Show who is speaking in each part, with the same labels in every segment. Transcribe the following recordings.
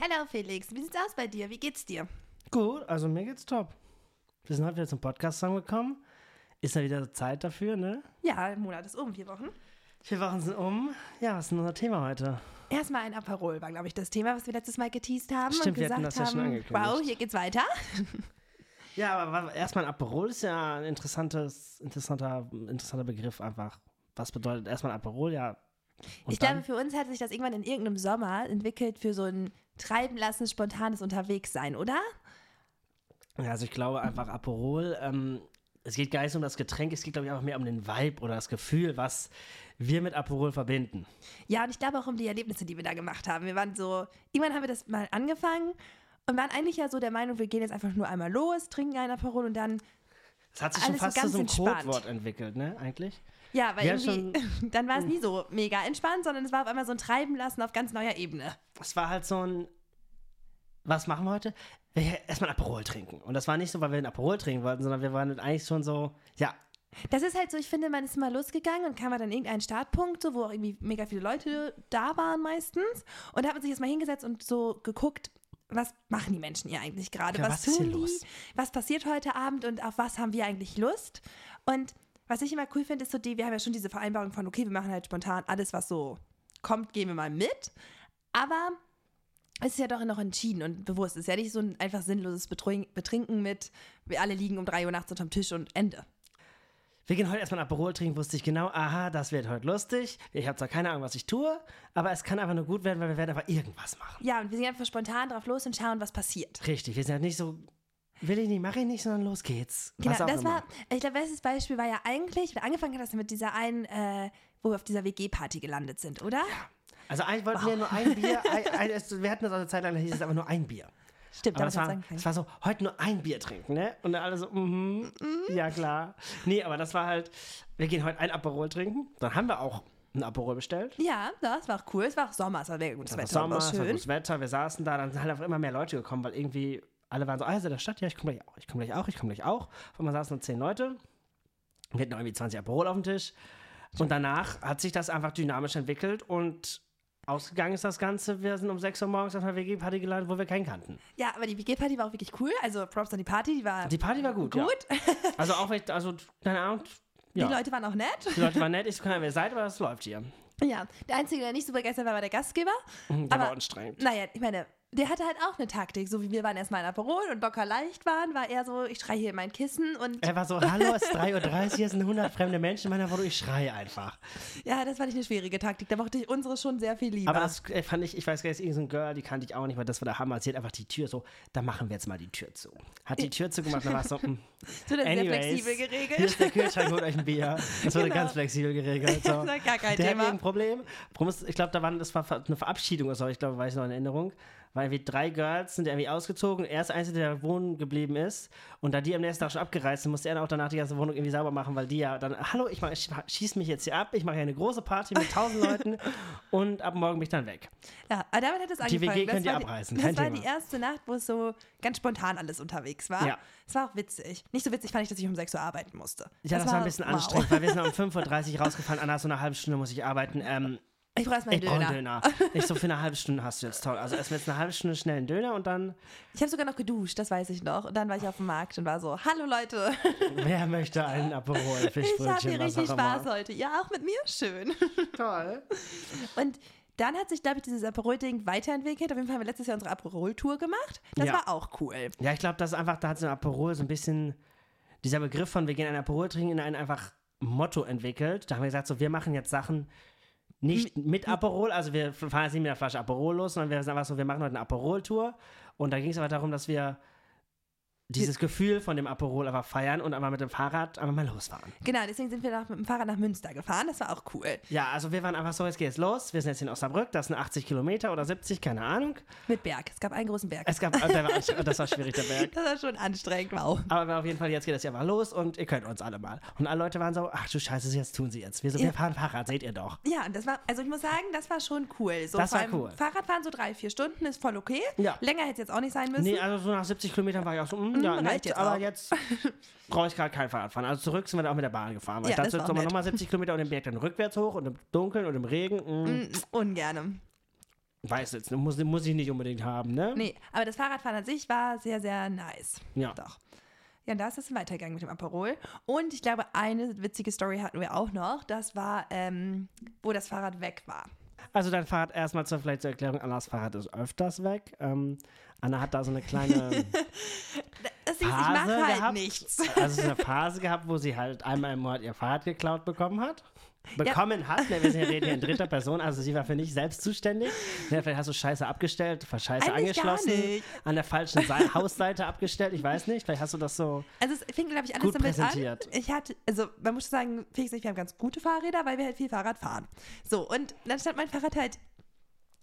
Speaker 1: Hallo Felix, wie sieht's aus bei dir? Wie geht's dir?
Speaker 2: Gut, also mir geht's top. Wir sind heute wieder zum Podcast zusammengekommen. Ist ja wieder Zeit dafür, ne?
Speaker 1: Ja, der Monat ist um, vier Wochen.
Speaker 2: Wir wachen sind um. Ja, was ist denn unser Thema heute?
Speaker 1: Erstmal ein Aperol war, glaube ich, das Thema, was wir letztes Mal geteased haben und
Speaker 2: Stimmt, wir
Speaker 1: gesagt
Speaker 2: hatten das ja schon
Speaker 1: haben,
Speaker 2: angekündigt.
Speaker 1: wow, hier geht's weiter.
Speaker 2: Ja, aber wa- erstmal ein Aperol ist ja ein interessantes, interessanter, interessanter Begriff einfach. Was bedeutet erstmal ein Aperol? Ja. Und
Speaker 1: ich glaube,
Speaker 2: dann?
Speaker 1: für uns hat sich das irgendwann in irgendeinem Sommer entwickelt für so ein treiben lassen, spontanes Unterwegssein, oder?
Speaker 2: Ja, also ich glaube einfach Aperol. Ähm, es geht gar nicht so um das Getränk, es geht glaube ich einfach mehr um den Vibe oder das Gefühl, was wir mit Aperol verbinden.
Speaker 1: Ja, und ich glaube auch um die Erlebnisse, die wir da gemacht haben. Wir waren so, irgendwann haben wir das mal angefangen und waren eigentlich ja so der Meinung, wir gehen jetzt einfach nur einmal los, trinken einen Aperol und dann,
Speaker 2: Es hat sich
Speaker 1: Alles so
Speaker 2: schon fast zu
Speaker 1: ganz
Speaker 2: so einem
Speaker 1: entspannt.
Speaker 2: Codewort entwickelt, ne? Eigentlich.
Speaker 1: ja, weil
Speaker 2: Ja,
Speaker 1: irgendwie, dann
Speaker 2: Hm.
Speaker 1: war es nie so mega entspannt, sondern es war auf einmal so ein Treiben lassen auf ganz neuer Ebene.
Speaker 2: es war halt so ein, was machen wir heute? Wir erstmal ein Aperol trinken. Und das war nicht so, weil wir ein Aperol trinken wollten, sondern wir waren halt eigentlich schon so, ja,
Speaker 1: Das ist halt so, ich finde, man ist mal losgegangen und kam halt an irgendeinen Startpunkt, so, wo auch irgendwie mega viele Leute da waren meistens. Und da hat man sich jetzt mal hingesetzt und so geguckt, was machen die Menschen hier eigentlich gerade?
Speaker 2: Ja,
Speaker 1: was
Speaker 2: was ist
Speaker 1: tun
Speaker 2: hier
Speaker 1: die?
Speaker 2: los?
Speaker 1: Was passiert heute Abend und auf was haben wir eigentlich Lust? Und was ich immer cool finde, ist so die, wir haben ja schon diese Vereinbarung von, okay, wir machen halt spontan alles, was so kommt, gehen wir mal mit. Aber es ist ja doch noch entschieden und bewusst. Es ist ja nicht so ein einfach sinnloses Betrink- Betrinken mit, wir alle liegen um drei Uhr nachts unterm Tisch und Ende.
Speaker 2: wir gehen heute erstmal ein Aperol trinken, wusste ich genau, aha, das wird heute lustig. Ich habe zwar keine Ahnung, was ich tue, aber es kann einfach nur gut werden, weil wir werden einfach irgendwas machen.
Speaker 1: Ja, und wir sind einfach spontan drauf los und schauen, was passiert.
Speaker 2: Richtig, wir sind halt nicht so, will ich nicht, mache ich nicht, sondern los geht's.
Speaker 1: Genau,
Speaker 2: Was auch
Speaker 1: das
Speaker 2: immer.
Speaker 1: war, ich glaube, bestes Beispiel war ja eigentlich, oder angefangen hat das mit dieser einen, äh, wo wir auf dieser WG-Party gelandet sind, oder?
Speaker 2: also eigentlich wollten wir nur ein Bier, ein, ein, es- wir hatten das auch eine Zeit lang, da hieß es einfach nur ein Bier.
Speaker 1: Stimmt,
Speaker 2: Aber
Speaker 1: damit
Speaker 2: das
Speaker 1: hat's
Speaker 2: war,
Speaker 1: angefangen.
Speaker 2: das war so, heute nur ein Bier trinken, ne? Und dann alle so, mhm, ja klar. Nee, aber das war halt, wir gehen heute ein Aperol trinken. Dann haben wir auch ein Aperol bestellt.
Speaker 1: Ja, das war auch cool. Es war auch Sommer, es war mega gutes
Speaker 2: Das war
Speaker 1: Wetter,
Speaker 2: Sommer,
Speaker 1: war
Speaker 2: es war
Speaker 1: schön.
Speaker 2: gutes Wetter, wir saßen da, dann sind halt einfach immer mehr Leute gekommen, weil irgendwie alle waren so, also der Stadt, ja, ich komme gleich auch, ich komme gleich auch, ich komme gleich auch. Und man saßen nur zehn Leute, wir hatten irgendwie 20 Aperol auf dem Tisch. Und danach hat sich das einfach dynamisch entwickelt und ausgegangen ist das Ganze. Wir sind um 6 Uhr morgens auf einer WG-Party gelandet, wo wir keinen kannten.
Speaker 1: Ja, aber die WG-Party war auch wirklich cool. Also Props an die Party, die war
Speaker 2: Die Party war gut, ja.
Speaker 1: gut.
Speaker 2: Also auch wenn ich, also, keine Ahnung. Ja.
Speaker 1: Die Leute waren auch nett.
Speaker 2: Die Leute waren nett, ich kann ja, wer ihr seid, aber das läuft hier.
Speaker 1: Ja, der Einzige, der nicht so begeistert war, war der Gastgeber.
Speaker 2: Mhm, Der
Speaker 1: Aber-
Speaker 2: war anstrengend.
Speaker 1: Naja, ich meine, der hatte halt auch eine Taktik. So wie wir waren erstmal in Aperol und locker leicht waren, war er so, ich schreie hier in mein Kissen und
Speaker 2: Er war so, hallo, es ist 3.30 Uhr, hier sind 100 fremde Menschen, meiner Wohnung, ich schreie einfach.
Speaker 1: Ja, das fand ich eine schwierige Taktik. Da mochte ich unsere schon sehr viel lieber.
Speaker 2: Aber das äh, fand ich, ich weiß gar nicht, irgendein Girl, die kannte ich auch nicht, weil das war der Hammer. Sie hat einfach die Tür so, da machen wir jetzt mal die Tür zu. Hat die Tür zugemacht, dann war es so, mm,
Speaker 1: so, das ist sehr
Speaker 2: anyways,
Speaker 1: flexibel
Speaker 2: hier
Speaker 1: geregelt.
Speaker 2: ist der Kühlschrank, holt euch ein Bier. Das wurde
Speaker 1: Genau.
Speaker 2: ganz flexibel geregelt. So.
Speaker 1: Das war gar kein
Speaker 2: der
Speaker 1: Thema.
Speaker 2: hat ein Problem. Promis- Ich glaube, da waren, das war ver- eine Verabschiedung oder so, ich glaube, weiß ich noch in Erinnerung. Weil irgendwie drei Girls sind irgendwie ausgezogen. Er ist der Einzige, der wohnen geblieben ist. Und da die am nächsten Tag schon abgereist sind, musste er dann auch danach die ganze Wohnung irgendwie sauber machen, weil die ja dann, hallo, ich, mach, ich schieß mich jetzt hier ab, ich mache hier eine große Party mit tausend Leuten und ab morgen bin ich dann weg.
Speaker 1: Ja, aber damit hat es
Speaker 2: Die WG
Speaker 1: angefangen.
Speaker 2: könnt ihr
Speaker 1: war die-
Speaker 2: abreißen,
Speaker 1: Das
Speaker 2: kein
Speaker 1: war
Speaker 2: Thema.
Speaker 1: die erste Nacht, wo es so ganz spontan alles unterwegs war.
Speaker 2: Ja.
Speaker 1: Es war auch witzig. Nicht so witzig fand ich, dass ich um 6 Uhr arbeiten musste.
Speaker 2: Ja, das, war ein bisschen
Speaker 1: wow.
Speaker 2: anstrengend, weil wir sind um 5.30 Uhr rausgefahren, Anna, so eine halbe Stunde muss ich arbeiten. Ähm,
Speaker 1: Ich brauche erstmal
Speaker 2: ich
Speaker 1: einen
Speaker 2: brauche
Speaker 1: Döner.
Speaker 2: einen Döner. Nicht so für eine halbe Stunde hast du jetzt toll. Also erstmal jetzt eine halbe Stunde schnell einen Döner und dann,
Speaker 1: Ich habe sogar noch geduscht, das weiß ich noch. Und dann war ich auf dem Markt und war so, hallo Leute,
Speaker 2: wer möchte einen Aperol,
Speaker 1: ich habe
Speaker 2: Fischbrötchen,
Speaker 1: hier
Speaker 2: was
Speaker 1: richtig
Speaker 2: auch immer.
Speaker 1: Spaß heute. Ja, auch mit mir, schön.
Speaker 2: Toll.
Speaker 1: Und dann hat sich, glaube ich, dieses Aperol-Ding weiterentwickelt. Auf jeden Fall haben wir letztes Jahr unsere Aperol-Tour gemacht. Das
Speaker 2: Ja.
Speaker 1: war auch cool.
Speaker 2: Ja, ich glaube, das ist einfach, da hat so ein Aperol so ein bisschen, dieser Begriff von wir gehen einen Aperol trinken, in ein einfach Motto entwickelt. Da haben wir gesagt, so wir machen jetzt Sachen nicht mit Aperol, also wir fahren jetzt nicht mit einer Flasche Aperol los, sondern wir sind einfach so, wir machen heute eine Aperol-Tour. Und da ging es aber darum, dass wir dieses Gefühl von dem Aperol einfach feiern und einfach mit dem Fahrrad einfach mal losfahren.
Speaker 1: Genau, deswegen sind wir nach, mit dem Fahrrad nach Münster gefahren. Das war auch cool.
Speaker 2: Ja, also wir waren einfach so, jetzt geht's los. Wir sind jetzt in Osnabrück, das sind 80 Kilometer oder 70, keine Ahnung.
Speaker 1: Mit Berg. Es gab einen großen Berg.
Speaker 2: Es gab, äh, der war anstre- das war schwierig, der Berg.
Speaker 1: Das war schon anstrengend, wow.
Speaker 2: Aber auf jeden Fall, jetzt geht das ja mal los und ihr könnt uns alle mal. Und alle Leute waren so, ach du Scheiße, jetzt tun sie jetzt. Wir, so,
Speaker 1: Ja.
Speaker 2: wir fahren Fahrrad, seht ihr doch.
Speaker 1: Ja, und das war, also ich muss sagen, das war schon cool. So
Speaker 2: Das
Speaker 1: vor
Speaker 2: war
Speaker 1: allem
Speaker 2: cool.
Speaker 1: Fahrradfahren so drei, vier Stunden ist voll okay.
Speaker 2: Ja.
Speaker 1: Länger hätte es jetzt auch nicht sein müssen.
Speaker 2: Nee, also so nach 70 Kilometern war ich auch so, mm, ja,
Speaker 1: Mhm, reicht
Speaker 2: nett,
Speaker 1: jetzt
Speaker 2: aber
Speaker 1: auch.
Speaker 2: jetzt brauche ich gerade kein Fahrrad fahren. Also zurück sind wir dann auch mit der Bahn gefahren.
Speaker 1: Ja,
Speaker 2: Weil ich dachte,
Speaker 1: das war
Speaker 2: jetzt
Speaker 1: auch
Speaker 2: nochmal
Speaker 1: nett. Mhm.
Speaker 2: nochmal 70 Kilometer und den Berg dann rückwärts hoch und im Dunkeln und im Regen. Mm.
Speaker 1: Mm, Ungerne.
Speaker 2: hm, Weiß jetzt, muss, muss ich nicht unbedingt haben, ne?
Speaker 1: Nee, aber das Fahrradfahren an sich war sehr, sehr nice.
Speaker 2: Ja.
Speaker 1: Doch. Ja, und da ist es weitergegangen mit dem Aperol. Und ich glaube, eine witzige Story hatten wir auch noch. Das war, ähm, wo das Fahrrad weg war.
Speaker 2: Also dein Fahrrad erstmal zur, vielleicht zur Erklärung, Annas Fahrrad ist öfters weg. Ähm, Anna hat da so eine kleine
Speaker 1: Das hieß, ich
Speaker 2: Phase
Speaker 1: mache halt
Speaker 2: gehabt.
Speaker 1: nichts.
Speaker 2: Also so eine Phase gehabt, wo sie halt einmal im Monat ihr Fahrrad geklaut bekommen hat. Bekommen hat, ne, wir sind ja reden hier in dritter Person, also sie war für nicht selbst zuständig. Ne, vielleicht hast du Scheiße abgestellt, ver- Scheiße
Speaker 1: Eigentlich gar
Speaker 2: angeschlossen,
Speaker 1: nicht.
Speaker 2: an der falschen Sei- Hausseite abgestellt, ich weiß nicht, vielleicht hast du das so.
Speaker 1: Also es fing, glaube ich, alles
Speaker 2: Gut
Speaker 1: damit an.
Speaker 2: präsentiert.
Speaker 1: Ich hatte, also man muss sagen, Felix und ich, wir haben ganz gute Fahrräder, weil wir halt viel Fahrrad fahren. So, und dann stand mein Fahrrad halt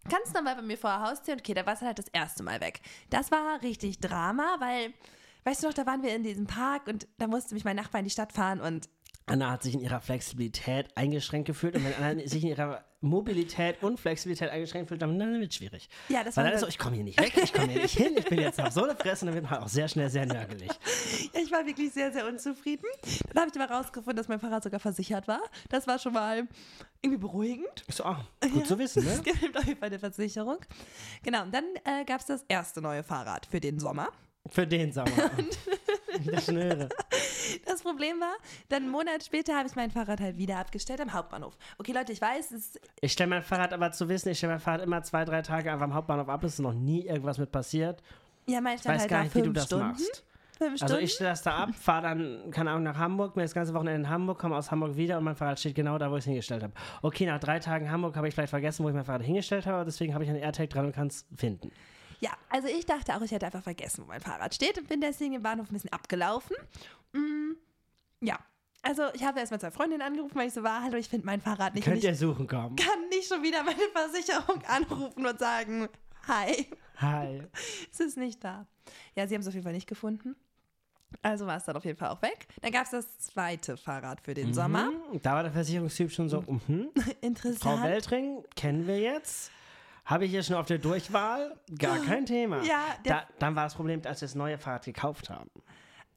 Speaker 1: ganz normal bei mir vor der Haustür und okay, da war es halt das erste Mal weg. Das war richtig Drama, weil, weißt du noch, da waren wir in diesem Park und da musste mich mein Nachbar in die Stadt fahren und
Speaker 2: Anna hat sich in ihrer Flexibilität eingeschränkt gefühlt und wenn Anna sich in ihrer Mobilität und Flexibilität eingeschränkt fühlt, dann, dann wird es schwierig.
Speaker 1: Ja, das
Speaker 2: Weil
Speaker 1: war
Speaker 2: dann ist so,
Speaker 1: das-
Speaker 2: ich komme hier nicht weg, ich komme hier nicht hin, ich bin jetzt auf so eine Fresse und dann wird man halt auch sehr schnell sehr nörgelig.
Speaker 1: ich war wirklich sehr, sehr unzufrieden. Dann habe ich aber rausgefunden, dass mein Fahrrad sogar versichert war. Das war schon mal irgendwie beruhigend.
Speaker 2: Ich so, ah, gut zu wissen, ne?
Speaker 1: Es gibt auf jeden Fall eine Versicherung. Genau, und dann äh, gab es das erste neue Fahrrad für den Sommer.
Speaker 2: Für den Sommer. Wieder schnöre.
Speaker 1: Das Problem war, dann einen Monat später habe ich mein Fahrrad halt wieder abgestellt am Hauptbahnhof. Okay, Leute, ich weiß, es ist
Speaker 2: Ich stelle mein Fahrrad aber zu wissen, ich stelle mein Fahrrad immer zwei, drei Tage einfach am Hauptbahnhof ab, es ist noch nie irgendwas mit passiert.
Speaker 1: ja mein
Speaker 2: Ich
Speaker 1: Stand
Speaker 2: weiß
Speaker 1: halt
Speaker 2: gar
Speaker 1: nach
Speaker 2: nicht, wie
Speaker 1: fünf
Speaker 2: du das
Speaker 1: Stunden.
Speaker 2: machst.
Speaker 1: Fünf
Speaker 2: Also
Speaker 1: Stunden.
Speaker 2: ich stelle das da ab, fahre dann, keine Ahnung, nach Hamburg, mir das ganze Wochenende in Hamburg, komme aus Hamburg wieder und mein Fahrrad steht genau da, wo ich es hingestellt habe. Okay, nach drei Tagen Hamburg habe ich vielleicht vergessen, wo ich mein Fahrrad hingestellt habe, aber deswegen habe ich einen AirTag dran und kann es finden.
Speaker 1: ja, also ich dachte auch, ich hätte einfach vergessen, wo mein Fahrrad steht und bin deswegen im Bahnhof ein bisschen abgelaufen. Mm, ja. Also ich habe erstmal zwei Freundinnen angerufen, weil ich so war, hallo, ich finde mein Fahrrad nicht. und
Speaker 2: Könnt
Speaker 1: ich
Speaker 2: ihr suchen kommen.
Speaker 1: kann nicht schon wieder meine Versicherung anrufen und sagen, hi,
Speaker 2: Hi.
Speaker 1: es ist nicht da. Ja, sie haben es auf jeden Fall nicht gefunden. Also war es dann auf jeden Fall auch weg. Dann gab es das zweite Fahrrad für den Sommer.
Speaker 2: Hm, Da war der Versicherungstyp schon so, mhm. Frau
Speaker 1: Interessant.
Speaker 2: Weltring, kennen wir jetzt. Habe ich hier schon auf der Durchwahl? Gar kein Thema.
Speaker 1: Ja, der-
Speaker 2: da, dann war das Problem, als wir das neue Fahrrad gekauft haben.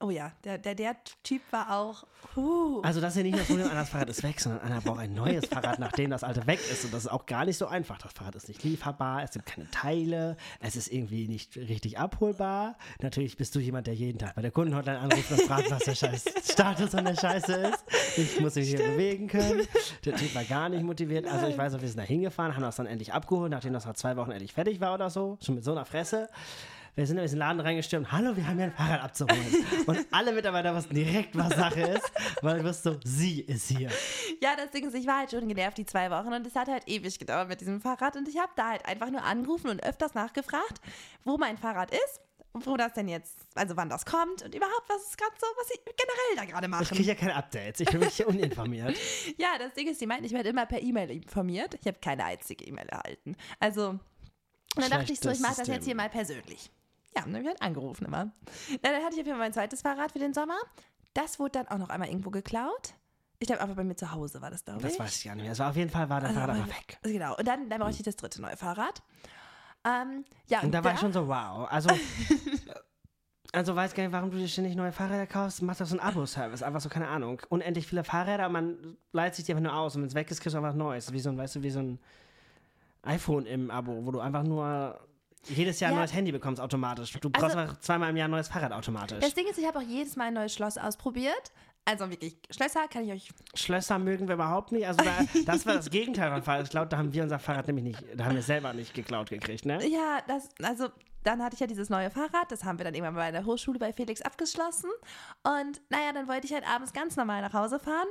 Speaker 1: Oh ja, der, der, der Typ war auch. Huh.
Speaker 2: Also das ist ja nicht das Problem, Annas Fahrrad ist weg, sondern Anna braucht ein neues Fahrrad, nachdem das alte weg ist. Und das ist auch gar nicht so einfach. Das Fahrrad ist nicht lieferbar, es gibt keine Teile, es ist irgendwie nicht richtig abholbar. Natürlich bist du jemand, der jeden Tag bei der Kundenhotline anruft und fragt, was der Scheiß Status an der Scheiße ist. Ich muss mich hier bewegen können. Der Typ war gar nicht motiviert. Also ich weiß noch, wir sind da hingefahren, haben das dann endlich abgeholt, nachdem das nach zwei Wochen endlich fertig war oder so. Schon mit so einer Fresse. Wir sind in diesen Laden reingestürmt. Hallo, wir haben hier ein Fahrrad abzuholen. Und alle Mitarbeiter wussten direkt, was Sache ist, weil du wirst so, sie ist hier.
Speaker 1: Ja, das Ding ist, ich war halt schon genervt die zwei Wochen und es hat halt ewig gedauert mit diesem Fahrrad und ich habe da halt einfach nur angerufen und öfters nachgefragt, wo mein Fahrrad ist, und wo das denn jetzt, also wann das kommt und überhaupt, was ist gerade so, was sie generell da gerade
Speaker 2: Ich
Speaker 1: machen.
Speaker 2: kriege ja keine Updates. Ich bin mich hier uninformiert.
Speaker 1: Ja, das Ding ist, die meinten, ich werde immer per E-Mail informiert. Ich habe keine einzige E-Mail erhalten. Also, und dann dachte ich so,
Speaker 2: Schlechtes
Speaker 1: ich mache das
Speaker 2: System.
Speaker 1: jetzt hier mal persönlich. Ja, und dann habe ich halt angerufen immer. Na, dann hatte ich auf jeden Fall mein zweites Fahrrad für den Sommer. Das wurde dann auch noch einmal irgendwo geklaut. Ich glaube, einfach bei mir zu Hause war das, glaube ich.
Speaker 2: Das weiß ich gar nicht mehr. Es war auf jeden Fall, war der Fahrrad
Speaker 1: aber-
Speaker 2: aber weg.
Speaker 1: Also Genau, und dann, dann brauchte ich das dritte neue Fahrrad. Ähm, ja,
Speaker 2: Und da war ich schon so, wow. Also, also weiß gar nicht, warum du dir ständig neue Fahrräder kaufst. Mach doch so einen Abo-Service. Einfach so, keine Ahnung. Unendlich viele Fahrräder, man leiht sich die einfach nur aus. Und wenn es weg ist, kriegst du einfach neues. Wie so ein, weißt du, wie so ein iPhone im Abo, wo du einfach nur jedes Jahr ein
Speaker 1: Ja.
Speaker 2: neues Handy bekommst automatisch. Du
Speaker 1: Also-
Speaker 2: brauchst einfach zweimal im Jahr ein neues Fahrrad automatisch.
Speaker 1: Das Ding ist, ich habe auch jedes Mal ein neues Schloss ausprobiert. Also wirklich, Schlösser kann ich euch
Speaker 2: Schlösser mögen wir überhaupt nicht. Also da, das war das Gegenteil von Fahrrad. Ich glaube, da haben wir unser Fahrrad nämlich nicht, da haben wir es selber nicht geklaut gekriegt, ne?
Speaker 1: Ja, das, also dann hatte ich ja dieses neue Fahrrad, das haben wir dann irgendwann bei der Hochschule bei Felix abgeschlossen. Und naja, dann wollte ich halt abends ganz normal nach Hause fahren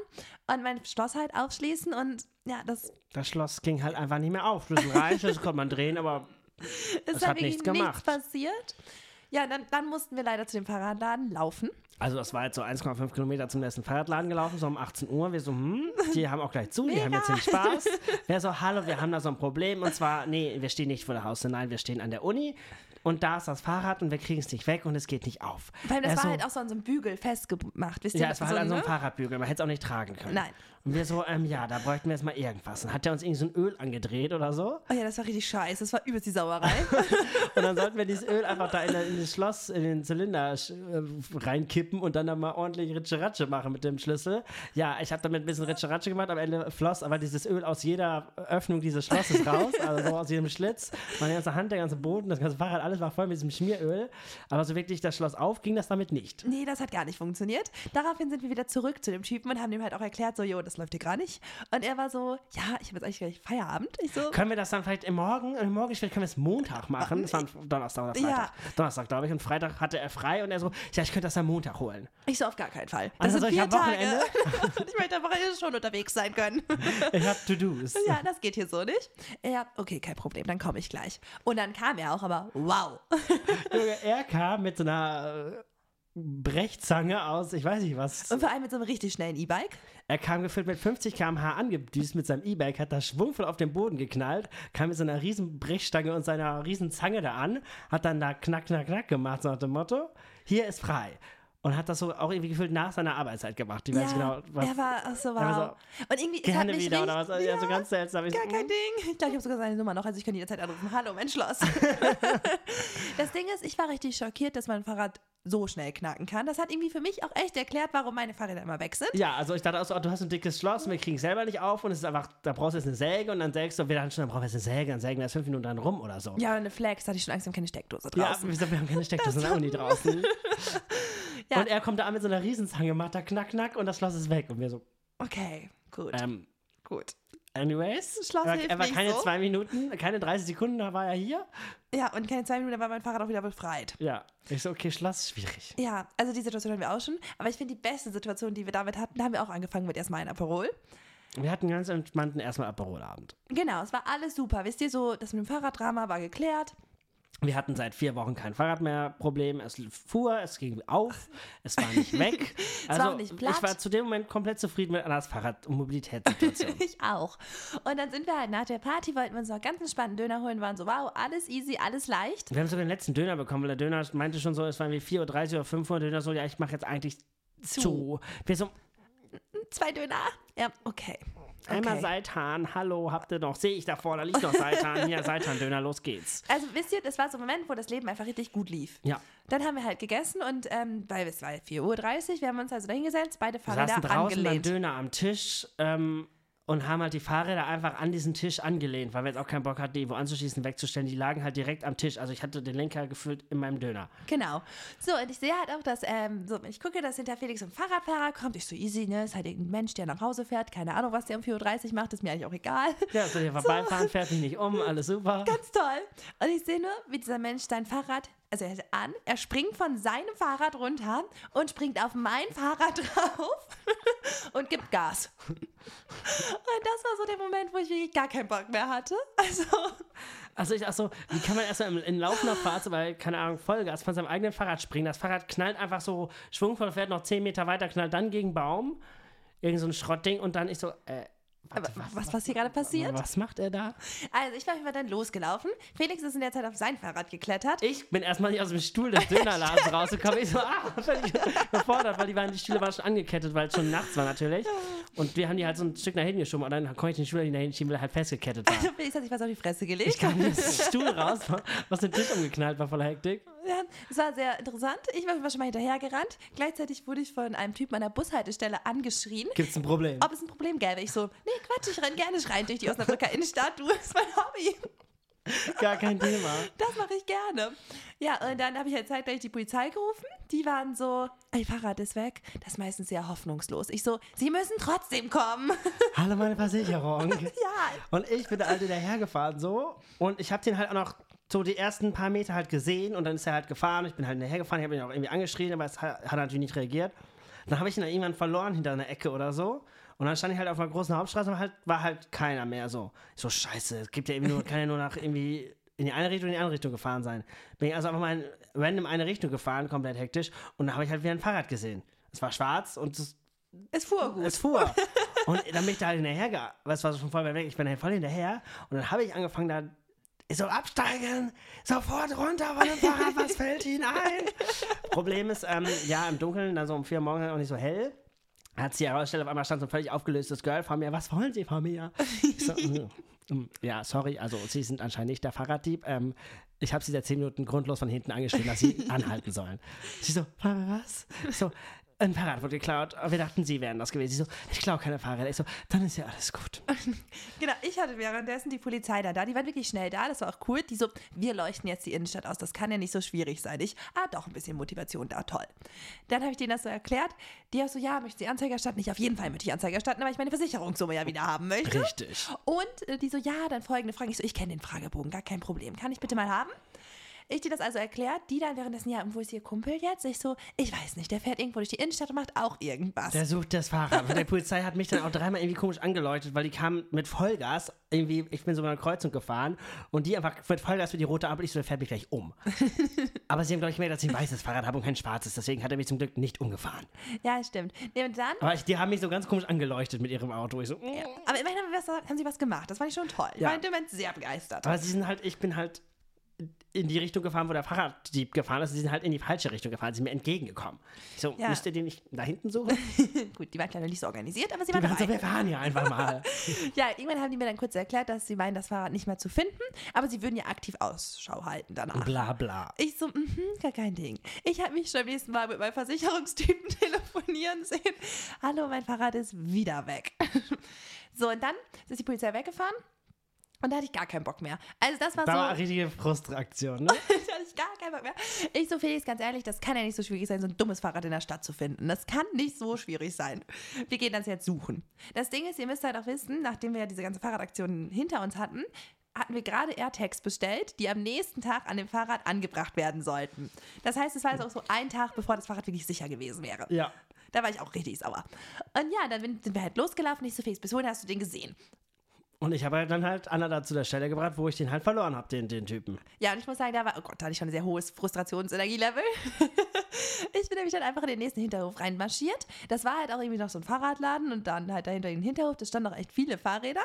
Speaker 1: und mein Schloss halt aufschließen und ja, das ist
Speaker 2: Das Schloss ging halt einfach nicht mehr auf. Schlüssel reicht, das konnte man drehen, aber
Speaker 1: halt
Speaker 2: hat
Speaker 1: wirklich
Speaker 2: nichts gemacht.
Speaker 1: passiert. Ja, dann, dann mussten wir leider zu dem Fahrradladen laufen.
Speaker 2: also das war jetzt so 1,5 Kilometer zum nächsten Fahrradladen gelaufen, so um 18 Uhr. Wir so, hm, die haben auch gleich zu, die haben jetzt den Spaß. Wer so, hallo, wir haben da so ein Problem. Und zwar, nee, wir stehen nicht vor der Haustür, nein, wir stehen an der Uni. Und da ist das Fahrrad und wir kriegen es nicht weg und es geht nicht auf.
Speaker 1: Vor allem, das
Speaker 2: Er
Speaker 1: war
Speaker 2: so,
Speaker 1: halt auch so an so einem Bügel festgemacht. Wisst ihr,
Speaker 2: Ja, es war halt an so einem
Speaker 1: ne?
Speaker 2: Fahrradbügel, man hätte es auch nicht tragen können.
Speaker 1: Nein.
Speaker 2: Und wir so, ähm, ja, da bräuchten wir jetzt mal irgendwas. Dann hat der uns irgendwie so ein Öl angedreht oder so.
Speaker 1: Oh ja, das war richtig scheiße. Das war übelst die Sauerei.
Speaker 2: Und dann sollten wir dieses Öl einfach da in, in das Schloss, in den Zylinder sch- äh, reinkippen. kippen und dann, dann mal ordentlich Ritscheratsche machen mit dem Schlüssel. Ja, ich habe damit ein bisschen Ritscheratsche gemacht, am Ende floss aber dieses Öl aus jeder Öffnung dieses Schlosses raus, also so aus jedem Schlitz. Meine ganze Hand, der ganze Boden, das ganze Fahrrad, alles war voll mit diesem Schmieröl. Aber so wirklich das Schloss auf, ging das damit nicht.
Speaker 1: Nee, das hat gar nicht funktioniert. Daraufhin sind wir wieder zurück zu dem Typen und haben ihm halt auch erklärt, so, jo, das läuft hier gar nicht. Und er war so, ja, ich habe jetzt eigentlich gleich Feierabend. Ich so,
Speaker 2: Können wir das dann vielleicht im Morgen, im Morgen können wir es Montag machen? Das war ein Donnerstag oder Freitag.
Speaker 1: Ja.
Speaker 2: Donnerstag, glaube ich. Und Freitag hatte er frei und er so, ja, ich könnte das am Montag holen.
Speaker 1: ich so auf gar keinen Fall.
Speaker 2: Also
Speaker 1: Das sind
Speaker 2: soll ich
Speaker 1: vier
Speaker 2: am Wochenende?
Speaker 1: Tage. und ich möchte am Wochenende schon unterwegs sein können.
Speaker 2: Ich habe To-Dos.
Speaker 1: Ja, das geht hier so nicht. Ja, okay, kein Problem, dann komme ich gleich. Und dann kam er auch, aber wow.
Speaker 2: Junge, er kam mit so einer äh, Brechzange aus, ich weiß nicht was.
Speaker 1: Und vor allem mit so einem richtig schnellen E-Bike.
Speaker 2: Er kam gefüllt mit 50 km/h angedüst mit seinem E-Bike, hat das schwungvoll auf den Boden geknallt, kam mit so einer riesen Brechstange und seiner riesen Zange da an, hat dann da knack, knack, knack gemacht, so nach dem Motto, hier ist frei. Und hat das so auch irgendwie gefühlt nach seiner Arbeitszeit gemacht. Ich
Speaker 1: Ja,
Speaker 2: weiß genau, was.
Speaker 1: er war ach so wow.
Speaker 2: war
Speaker 1: und irgendwie ich hab
Speaker 2: gerne
Speaker 1: mich
Speaker 2: wieder oder was.
Speaker 1: richtig-
Speaker 2: Also
Speaker 1: ja,
Speaker 2: ja, so ganz seltsam. Ich so,
Speaker 1: gar kein
Speaker 2: mm.
Speaker 1: Ding. Ich glaube, ich habe sogar seine Nummer noch, also ich könnte jederzeit anrufen. Hallo, mein Schloss. das Ding ist, ich war richtig schockiert, dass mein Fahrrad so schnell knacken kann. Das hat irgendwie für mich auch echt erklärt, warum meine Fahrräder immer weg sind.
Speaker 2: Ja, also ich dachte auch so, oh, du hast ein dickes Schloss und wir kriegen es selber nicht auf und es ist einfach, da brauchst du jetzt eine Säge und dann sägst du, und wir dachten schon, dann brauchen wir jetzt eine Säge, dann sägen wir das fünf Minuten dran rum oder so.
Speaker 1: Ja, aber eine Flex hatte ich schon Angst, wir haben keine Steckdose
Speaker 2: Ja,
Speaker 1: draußen.
Speaker 2: wieso, wir haben keine Steckdosen auch nie draußen.
Speaker 1: Ja.
Speaker 2: Und er kommt da an mit so einer Riesenzange, macht da knack, knack und das Schloss ist weg. Und wir so,
Speaker 1: Okay, gut,
Speaker 2: ähm,
Speaker 1: gut.
Speaker 2: anyways.
Speaker 1: Das Schloss
Speaker 2: er, war-
Speaker 1: hilft
Speaker 2: er war
Speaker 1: nicht
Speaker 2: keine
Speaker 1: so.
Speaker 2: zwei Minuten, keine 30 Sekunden, da war er hier.
Speaker 1: Ja, und keine zwei Minuten, dann war mein Fahrrad auch wieder befreit.
Speaker 2: Ja, ich so, okay, Schloss, schwierig.
Speaker 1: Ja, also die Situation hatten wir auch schon. Aber ich finde, die beste Situation, die wir damit hatten, da haben wir auch angefangen mit erstmal ein Aperol.
Speaker 2: Wir hatten einen ganz entspannten erstmal Aperolabend.
Speaker 1: Genau, es war alles super. Wisst ihr, so das mit dem Fahrraddrama war geklärt.
Speaker 2: Wir hatten seit vier Wochen kein Fahrrad mehr Problem. Es fuhr, es ging auf, es war nicht weg.
Speaker 1: war
Speaker 2: also,
Speaker 1: auch nicht platt.
Speaker 2: Ich war zu dem Moment komplett zufrieden mit Annas Fahrrad- und Mobilitätssituation.
Speaker 1: Ich auch. Und dann sind wir halt nach der Party, wollten wir uns noch ganz entspannten Döner holen, waren so, wow, alles easy, alles leicht.
Speaker 2: wir haben sogar den letzten Döner bekommen, weil der Döner meinte schon so, es waren wie 4.30 Uhr oder 5 Uhr. Der Döner so, ja, ich mache jetzt eigentlich zu. Wir so,
Speaker 1: Zwei Döner. Ja, okay.
Speaker 2: einmal
Speaker 1: Okay.
Speaker 2: Seitan, hallo, habt ihr noch, sehe ich da vorne, da liegt noch Seitan, hier, Seitan-Döner, los geht's.
Speaker 1: Also wisst ihr, das war so ein Moment, wo das Leben einfach richtig gut lief.
Speaker 2: Ja,
Speaker 1: Dann haben wir halt gegessen und ähm, weil es war 4.30 Uhr, wir haben uns also dahingesetzt, beide
Speaker 2: wir
Speaker 1: Fahrräder
Speaker 2: saßen draußen beim
Speaker 1: angelehnt.
Speaker 2: Döner am Tisch ähm, und haben halt die Fahrräder einfach an diesen Tisch angelehnt, weil wir jetzt auch keinen Bock hatten, die wo anzuschießen, wegzustellen. Die lagen halt direkt am Tisch. Also ich hatte den Lenker gefühlt in meinem Döner.
Speaker 1: Genau. So, und ich sehe halt auch, dass, ähm, so, wenn ich gucke, dass hinter Felix so ein Fahrradfahrer kommt, ich so easy, ne? Ist halt irgendein Mensch, der nach Hause fährt, keine Ahnung, was der um 4.30 Uhr macht, ist mir eigentlich auch egal.
Speaker 2: Ja, so hier vorbeifahren, fährt mich nicht um, alles super.
Speaker 1: Ganz toll. Und ich sehe nur, wie dieser Mensch sein Fahrrad, also er ist an, er springt von seinem Fahrrad runter und springt auf mein Fahrrad drauf und gibt Gas. Und das war so der Moment, wo ich wirklich gar keinen Bock mehr hatte. Also,
Speaker 2: Also ich dachte so, wie kann man erstmal in, in laufender Phase, weil, keine Ahnung, Vollgas von seinem eigenen Fahrrad springen. Das Fahrrad knallt einfach so schwungvoll, fährt noch 10 Meter weiter, knallt dann gegen einen Baum. Irgend so ein Schrottding und dann ich so, äh,
Speaker 1: aber
Speaker 2: warte,
Speaker 1: was, was, was hier gerade passiert?
Speaker 2: was macht er da?
Speaker 1: Also, ich war immer dann losgelaufen. Felix ist in der Zeit auf sein Fahrrad geklettert.
Speaker 2: Ich bin erstmal nicht aus dem Stuhl des Dönerladens rausgekommen. Ich so, ah, völlig überfordert, weil die, waren, die Stühle waren schon angekettet, weil es schon nachts war natürlich. Und wir haben die halt so ein Stück nach hinten geschoben und dann konnte ich den Stuhl nicht nach hinten schieben, weil er halt festgekettet war.
Speaker 1: Also, Felix hat sich was auf die Fresse gelegt.
Speaker 2: Kam der Stuhl raus, was den Tisch umgeknallt war, voller Hektik.
Speaker 1: Ja, es war sehr interessant. Ich war schon mal hinterhergerannt. Gleichzeitig wurde ich von einem Typen an der Bushaltestelle angeschrien,
Speaker 2: Gibt's ein Problem?
Speaker 1: ob es ein Problem gäbe. Ich so, nee, Quatsch, ich renn gerne schreien durch die Osnabrücker Innenstadt. Du, das ist mein Hobby.
Speaker 2: Gar kein Thema.
Speaker 1: Das mache ich gerne. Ja, und dann habe ich halt zeitgleich die Polizei gerufen. Die waren so, ihr Fahrrad ist weg. Das ist meistens sehr hoffnungslos. Ich so, sie müssen trotzdem kommen.
Speaker 2: Hallo meine Versicherung.
Speaker 1: Ja,
Speaker 2: Und ich bin der Alte dahergefahren so. Und ich habe den halt auch noch so die ersten paar Meter halt gesehen und dann ist er halt gefahren. Ich bin halt hinterhergefahren, ich habe ihn auch irgendwie angeschrien, aber es hat, hat er natürlich nicht reagiert. Dann habe ich ihn dann irgendwann verloren hinter einer Ecke oder so. Und dann stand ich halt auf einer großen Hauptstraße und halt, war halt keiner mehr so. Ich so, scheiße, es gibt ja irgendwie nur, kann ja nur nach irgendwie in die eine Richtung in die andere Richtung gefahren sein. Bin ich also einfach mal in random eine Richtung gefahren, komplett hektisch. Und da habe ich halt wieder ein Fahrrad gesehen. Es war schwarz und es
Speaker 1: es fuhr gut.
Speaker 2: es fuhr. Und dann bin ich da halt hinterher, ge- was war schon voll weit weg, ich bin halt voll hinterher. Und dann habe ich angefangen, da ich so absteigen, sofort runter von dem Fahrrad, was fällt Ihnen ein? Problem ist, ähm, ja, im Dunkeln, also um vier Uhr morgens auch nicht so hell. Hat sie herausgestellt, auf einmal stand so ein völlig aufgelöstes Girl vor mir. Was wollen Sie von mir? Ich so, "Hm, Mm, Ja, sorry, also Sie sind anscheinend nicht der Fahrraddieb. Ähm, ich habe Sie seit zehn Minuten grundlos von hinten angeschrien, dass Sie anhalten sollen. Sie so, "Wa- wa- was? Ich so, ein Fahrrad wurde geklaut. Wir dachten, Sie wären das gewesen. Sie so, ich klaue keine Fahrräder. Ich so, dann ist ja alles gut.
Speaker 1: Genau, ich hatte währenddessen die Polizei dann da. Die waren wirklich schnell da. Das war auch cool. Die so, wir leuchten jetzt die Innenstadt aus. Das kann ja nicht so schwierig sein. Ich, ah, doch, ein bisschen Motivation da. Toll. Dann habe ich denen das so erklärt. Die auch so, ja, möchte die Anzeige erstatten? Ich auf jeden Fall möchte die Anzeige erstatten, weil ich meine Versicherungssumme ja wieder haben möchte.
Speaker 2: Richtig.
Speaker 1: Und äh, die so, ja, dann folgende Frage. Ich so, ich kenne den Fragebogen, gar kein Problem. Kann ich bitte mal haben? Ich dir das also erklärt, die dann währenddessen, ja, und wo ist ihr Kumpel jetzt? Ich so, ich weiß nicht, der fährt irgendwo durch die Innenstadt und macht auch irgendwas.
Speaker 2: Der sucht das Fahrrad. Und der Polizei hat mich dann auch dreimal irgendwie komisch angeläutet, weil die kamen mit Vollgas. Irgendwie, ich bin so bei einer Kreuzung gefahren und die einfach mit Vollgas für die rote Ampel. Ich so, der fährt mich gleich um. Aber sie haben, glaube ich, gemerkt, dass ich ein weißes Fahrrad habe und kein schwarzes. Deswegen hat er mich zum Glück nicht umgefahren.
Speaker 1: Ja, stimmt. Nee, und dann,
Speaker 2: Aber ich, die haben mich so ganz komisch angeleuchtet mit ihrem Auto. Ich so, mm.
Speaker 1: aber immerhin haben, wir was, haben sie was gemacht. Das fand ich schon toll. Ich
Speaker 2: Ja.
Speaker 1: war in dem Moment sehr begeistert.
Speaker 2: Aber sie sind halt, ich bin halt in die Richtung gefahren, wo der Fahrraddieb gefahren ist. Sie sind halt in die falsche Richtung gefahren. Sie sind mir entgegengekommen. Ich so,
Speaker 1: Ja.
Speaker 2: müsst ihr den nicht da hinten suchen?
Speaker 1: Gut, die waren leider nicht so organisiert, aber sie
Speaker 2: Die
Speaker 1: waren
Speaker 2: waren so,
Speaker 1: dabei.
Speaker 2: wir fahren ja einfach mal.
Speaker 1: Ja, irgendwann haben die mir dann kurz erklärt, dass sie meinen, das Fahrrad nicht mehr zu finden, aber sie würden ja aktiv Ausschau halten danach.
Speaker 2: Bla bla.
Speaker 1: Ich so, mhm, gar kein Ding. Ich habe mich schon am nächsten Mal mit meinem Versicherungstypen telefonieren sehen. Hallo, mein Fahrrad ist wieder weg. So, und dann ist die Polizei weggefahren und da hatte ich gar keinen Bock mehr. Also das war
Speaker 2: Da war
Speaker 1: so,
Speaker 2: eine richtige Frustraktion, ne?
Speaker 1: da hatte ich gar keinen Bock mehr. Ich so, Felix, ganz ehrlich, das kann ja nicht so schwierig sein, so ein dummes Fahrrad in der Stadt zu finden. Das kann nicht so schwierig sein. Wir gehen das jetzt suchen. Das Ding ist, ihr müsst halt auch wissen, nachdem wir ja diese ganze Fahrradaktion hinter uns hatten, hatten wir gerade AirTags bestellt, die am nächsten Tag an dem Fahrrad angebracht werden sollten. Das heißt, es war jetzt auch so ein Tag, bevor das Fahrrad wirklich sicher gewesen wäre.
Speaker 2: Ja.
Speaker 1: Da war ich auch richtig sauer. Und ja, dann bin- sind wir halt losgelaufen. Ich so, Felix, bis wohin hast du den gesehen?
Speaker 2: Und ich habe halt dann halt Anna da zu der Stelle gebracht, wo ich den halt verloren habe, den, den Typen.
Speaker 1: Ja, und ich muss sagen, da war, oh Gott, da hatte ich schon ein sehr hohes Frustrationsenergielevel. ich bin nämlich dann einfach in den nächsten Hinterhof reinmarschiert. Das war halt auch irgendwie noch so ein Fahrradladen und dann halt dahinter den Hinterhof, da standen noch echt viele Fahrräder.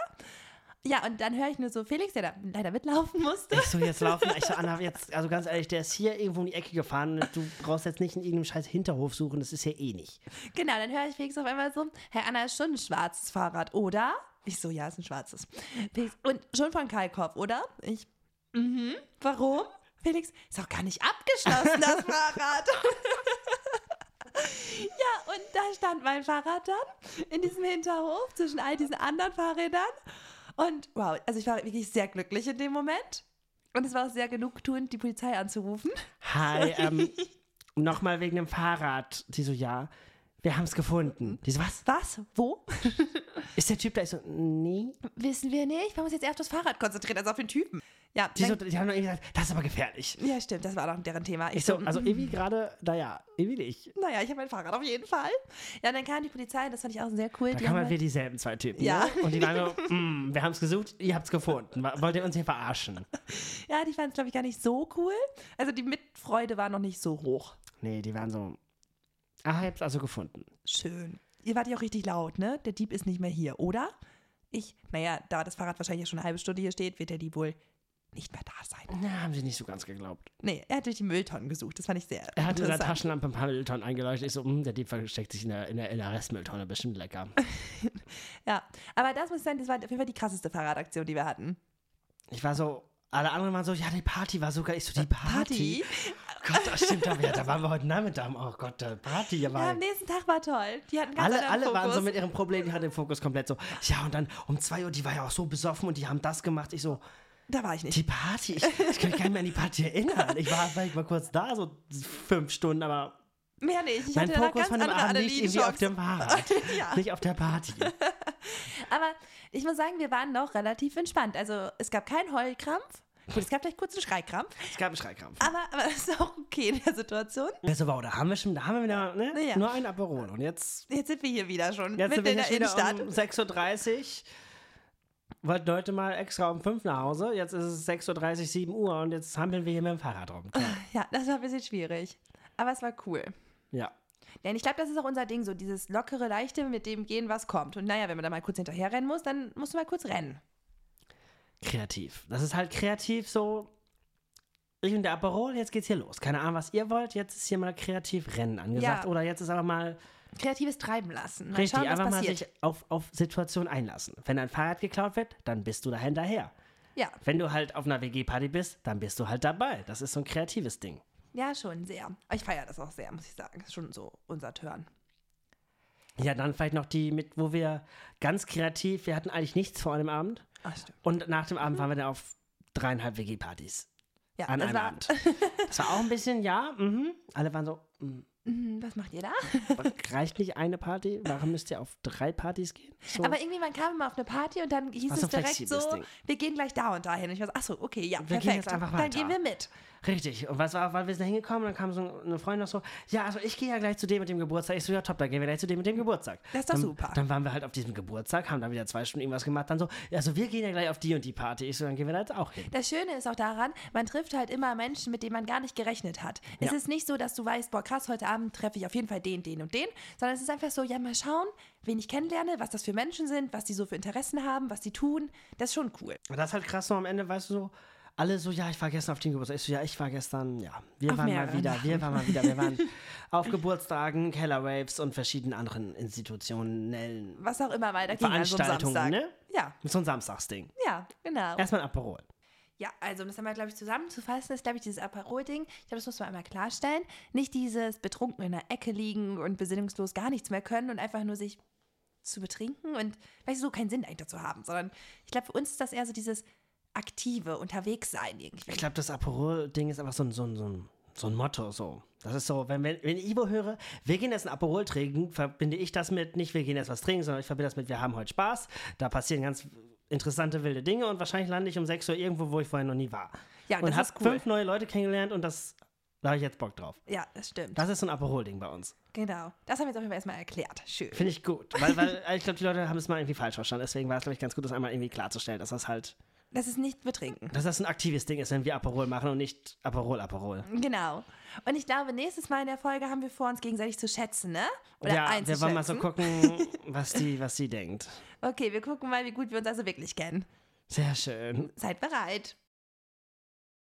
Speaker 1: Ja, und dann höre ich nur so Felix, der da leider mitlaufen musste.
Speaker 2: Ich so, jetzt laufen. Ich so, Anna, jetzt, also ganz ehrlich, der ist hier irgendwo um die Ecke gefahren. Du brauchst jetzt nicht in irgendeinem scheiß Hinterhof suchen, das ist hier eh nicht.
Speaker 1: Genau, dann höre ich Felix auf einmal so, Herr Anna, ist schon ein schwarzes Fahrrad, oder? Ich so, ja, ist ein schwarzes. Felix, und schon von Kalkopf, oder? Ich, mhm, warum? Felix, ist auch gar nicht abgeschlossen, das Fahrrad. ja, und da stand mein Fahrrad dann in diesem Hinterhof zwischen all diesen anderen Fahrrädern. Und wow, also ich war wirklich sehr glücklich in dem Moment. Und es war auch sehr genugtuend, die Polizei anzurufen.
Speaker 2: Hi, ähm, nochmal wegen dem Fahrrad. Die so, ja, wir haben es gefunden. Die so, was?
Speaker 1: Was? Wo?
Speaker 2: Ist der Typ da? Ich so, nee.
Speaker 1: Wissen wir nicht. Man muss jetzt eher auf das Fahrrad konzentrieren, also auf den Typen. Ja,
Speaker 2: Die, so,
Speaker 1: dann,
Speaker 2: die haben dann irgendwie gesagt, das ist aber gefährlich.
Speaker 1: ja stimmt, das war doch deren Thema. Ich
Speaker 2: Ich so,
Speaker 1: so,
Speaker 2: also irgendwie gerade, naja, irgendwie nicht.
Speaker 1: naja, ich habe mein Fahrrad auf jeden Fall. Ja, dann kam die Polizei, das fand ich auch sehr cool.
Speaker 2: Da
Speaker 1: die
Speaker 2: kamen
Speaker 1: haben
Speaker 2: halt wir dieselben zwei Typen.
Speaker 1: Ja.
Speaker 2: Ne? Und die waren so, mm, wir haben es gesucht, ihr habt es gefunden. Wollt ihr uns hier verarschen?
Speaker 1: halt- ja, die fanden es, glaube ich, gar nicht so cool. Also die Mitfreude war noch nicht so hoch.
Speaker 2: Nee, die waren so. Ah, ihr habt also gefunden.
Speaker 1: Schön. Ihr wart ja auch richtig laut, ne? Der Dieb ist nicht mehr hier, oder? Ich, naja, da das Fahrrad wahrscheinlich schon eine halbe Stunde hier steht, wird der Dieb wohl nicht mehr da sein.
Speaker 2: Na, haben sie nicht so ganz geglaubt.
Speaker 1: Nee, er hat durch die Mülltonnen gesucht. Das fand ich sehr
Speaker 2: Er hat mit seiner
Speaker 1: interessant.
Speaker 2: Taschenlampe ein paar Mülltonnen eingeleuchtet. Ich so, mm, der Dieb versteckt sich in der, in der, in der Restmülltonne, bestimmt lecker.
Speaker 1: Ja, aber das muss ich sagen, das war auf jeden Fall die krasseste Fahrradaktion, die wir hatten.
Speaker 2: Ich war so, alle anderen waren so, ja, die Party war sogar. Ich so, die Party?
Speaker 1: Party?
Speaker 2: Gott, das stimmt aber. Ja, da waren wir heute Nachmittag. Oh Gott, der Party. Ja,
Speaker 1: Ja,
Speaker 2: war
Speaker 1: am nächsten Tag war toll. Die hatten ganz
Speaker 2: alle
Speaker 1: anderen
Speaker 2: alle
Speaker 1: Fokus.
Speaker 2: waren so mit ihrem Problem, die hatten den Fokus komplett so. Ja, und dann um 2 Uhr, die war ja auch so besoffen und die haben das gemacht. Ich so,
Speaker 1: da war ich nicht.
Speaker 2: die Party, ich, ich kann mich gar nicht mehr an die Party erinnern. Ich war vielleicht mal kurz da, so fünf Stunden, aber
Speaker 1: Mehr nicht. Ich
Speaker 2: mein
Speaker 1: hatte da
Speaker 2: Fokus
Speaker 1: ganz
Speaker 2: von dem
Speaker 1: andere
Speaker 2: Abend liegt irgendwie auf
Speaker 1: Adrenalinschocks.
Speaker 2: dem Fahrrad,
Speaker 1: ja.
Speaker 2: nicht auf der Party.
Speaker 1: Aber ich muss sagen, wir waren noch relativ entspannt. Also es gab keinen Heulkrampf. Gut, es gab vielleicht kurz einen Schreikrampf.
Speaker 2: Es gab einen Schreikrampf.
Speaker 1: Aber, aber das ist auch okay in der Situation.
Speaker 2: So, wow, da haben wir schon, da haben wir wieder ne?
Speaker 1: Ja.
Speaker 2: nur ein Aperol. Und jetzt,
Speaker 1: Jetzt sind wir hier wieder schon.
Speaker 2: jetzt
Speaker 1: mitten
Speaker 2: sind wir
Speaker 1: in der
Speaker 2: hier schon wieder
Speaker 1: Innenstadt.
Speaker 2: um 6.30 Uhr. Wollten heute mal extra um 5 nach Hause. Jetzt ist es 6.30 Uhr, 7 Uhr und jetzt hampeln wir hier mit dem Fahrrad rum.
Speaker 1: Ja, das war ein bisschen schwierig. Aber es war cool.
Speaker 2: Ja.
Speaker 1: Denn ich glaube, das ist auch unser Ding, so dieses lockere, leichte, mit dem gehen, was kommt. Und naja, wenn man da mal kurz hinterher rennen muss, dann musst du mal kurz rennen.
Speaker 2: kreativ. Das ist halt kreativ so. Ich und der Aperol, jetzt geht's hier los. Keine Ahnung, was ihr wollt. Jetzt ist hier mal kreativ Rennen angesagt.
Speaker 1: Ja.
Speaker 2: Oder jetzt ist aber mal
Speaker 1: kreatives Treiben lassen. Mal
Speaker 2: Richtig,
Speaker 1: schauen, was
Speaker 2: einfach mal
Speaker 1: passiert.
Speaker 2: sich auf, auf Situationen einlassen. Wenn ein Fahrrad geklaut wird, dann bist du da hinterher.
Speaker 1: ja,
Speaker 2: Wenn du halt auf einer WG-Party bist, dann bist du halt dabei. Das ist so ein kreatives Ding.
Speaker 1: ja, schon sehr. Aber Ich feiere das auch sehr, muss ich sagen. Ist schon so unser Turn.
Speaker 2: Ja, dann vielleicht noch die mit, wo wir ganz kreativ, wir hatten eigentlich nichts vor einem Abend.
Speaker 1: Ach, stimmt.
Speaker 2: Und nach dem Abend waren wir dann auf dreieinhalb WG-Partys.
Speaker 1: Ja,
Speaker 2: An
Speaker 1: das
Speaker 2: einem
Speaker 1: war,
Speaker 2: Abend. Das war auch ein bisschen, ja, mhm. Alle waren so, mhm.
Speaker 1: Mhm, was macht ihr da?
Speaker 2: reicht nicht eine Party? Warum müsst ihr auf drei Partys gehen? So.
Speaker 1: Aber irgendwie, man kam immer auf eine Party und dann hieß
Speaker 2: War so
Speaker 1: es
Speaker 2: ein
Speaker 1: direkt
Speaker 2: flexibles
Speaker 1: so,
Speaker 2: Ding.
Speaker 1: wir gehen gleich da und dahin. Und ich war so, ach so, okay, ja,
Speaker 2: Wir
Speaker 1: perfekt.
Speaker 2: gehen jetzt einfach
Speaker 1: Dann
Speaker 2: weiter.
Speaker 1: gehen wir mit.
Speaker 2: Richtig. Und was war, weil wir sind da hingekommen, dann kam so eine Freundin noch so, ja, also ich gehe ja gleich zu dem mit dem Geburtstag. Ich so, ja, top, dann gehen wir gleich zu dem mit dem Geburtstag.
Speaker 1: Das ist doch
Speaker 2: dann,
Speaker 1: super.
Speaker 2: Dann waren wir halt auf diesem Geburtstag, haben da wieder zwei Stunden irgendwas gemacht, dann so, ja, also wir gehen ja gleich auf die und die Party. Ich so, dann gehen wir da jetzt auch hin.
Speaker 1: Das Schöne ist auch daran, man trifft halt immer Menschen, mit denen man gar nicht gerechnet hat. Es
Speaker 2: Ja.
Speaker 1: ist nicht so, dass du weißt, boah, krass, heute Abend treffe ich auf jeden Fall den, den und den, sondern es ist einfach so, ja, mal schauen, wen ich kennenlerne, was das für Menschen sind, was die so für Interessen haben, was die tun. Das ist schon cool.
Speaker 2: Und das ist halt krass, so am Ende, weißt du, so, alle so, ja, ich war gestern auf den Geburtstag. Ich so, ja, ich war gestern, ja, wir
Speaker 1: Auf
Speaker 2: waren mal
Speaker 1: mehreren.
Speaker 2: wieder, wir waren mal wieder, wir waren auf Geburtstagen, Keller Waves und verschiedenen anderen institutionellen
Speaker 1: Was auch immer weiter ging an so einem
Speaker 2: Veranstaltungen,
Speaker 1: Samstag.
Speaker 2: ne?
Speaker 1: Ja,
Speaker 2: So ein Samstagsding.
Speaker 1: ja, genau.
Speaker 2: Erstmal ein Aperol.
Speaker 1: Ja, also um das einmal, glaube ich, zusammenzufassen, ist, glaube ich, dieses Aperol-Ding, ich glaube, das muss man einmal klarstellen, nicht dieses betrunken in der Ecke liegen und besinnungslos gar nichts mehr können und einfach nur sich zu betrinken und, weißt du, so keinen Sinn dahinter zu haben, sondern ich glaube, für uns ist das eher so dieses aktive Unterwegssein irgendwie.
Speaker 2: Ich glaube, das Aperol-Ding ist einfach so ein, so, ein, so, ein, so ein Motto. So. Das ist so, wenn, wenn, wenn ich Ivo höre, wir gehen jetzt ein Aperol trinken, verbinde ich das mit, nicht wir gehen jetzt was trinken, sondern ich verbinde das mit, wir haben heute Spaß, da passieren ganz interessante wilde Dinge und wahrscheinlich lande ich um 6 Uhr irgendwo, wo ich vorher noch nie war.
Speaker 1: Ja,
Speaker 2: und
Speaker 1: das
Speaker 2: habe
Speaker 1: ist cool.
Speaker 2: fünf neue Leute kennengelernt und das, da habe ich jetzt Bock drauf.
Speaker 1: Ja, das stimmt.
Speaker 2: Das ist so ein Aperol-Ding bei uns.
Speaker 1: genau. Das haben wir jetzt auf jeden Fall erstmal erklärt. Schön.
Speaker 2: Finde ich gut, weil, weil äh, ich glaube, die Leute haben es mal irgendwie falsch verstanden. Deswegen war es, glaube ich, ganz gut, das einmal irgendwie klarzustellen, dass das halt,
Speaker 1: Das ist nicht betrinken.
Speaker 2: dass das ein aktives Ding ist, wenn wir Aperol machen und nicht Aperol, Aperol.
Speaker 1: Genau. Und ich glaube, nächstes Mal in der Folge haben wir vor, uns gegenseitig zu schätzen, ne? Oder
Speaker 2: ja, wir wollen mal so
Speaker 1: einzuschätzen.
Speaker 2: gucken, was die, was die denkt.
Speaker 1: Okay, wir gucken mal, wie gut wir uns also wirklich kennen.
Speaker 2: Sehr schön.
Speaker 1: Seid bereit.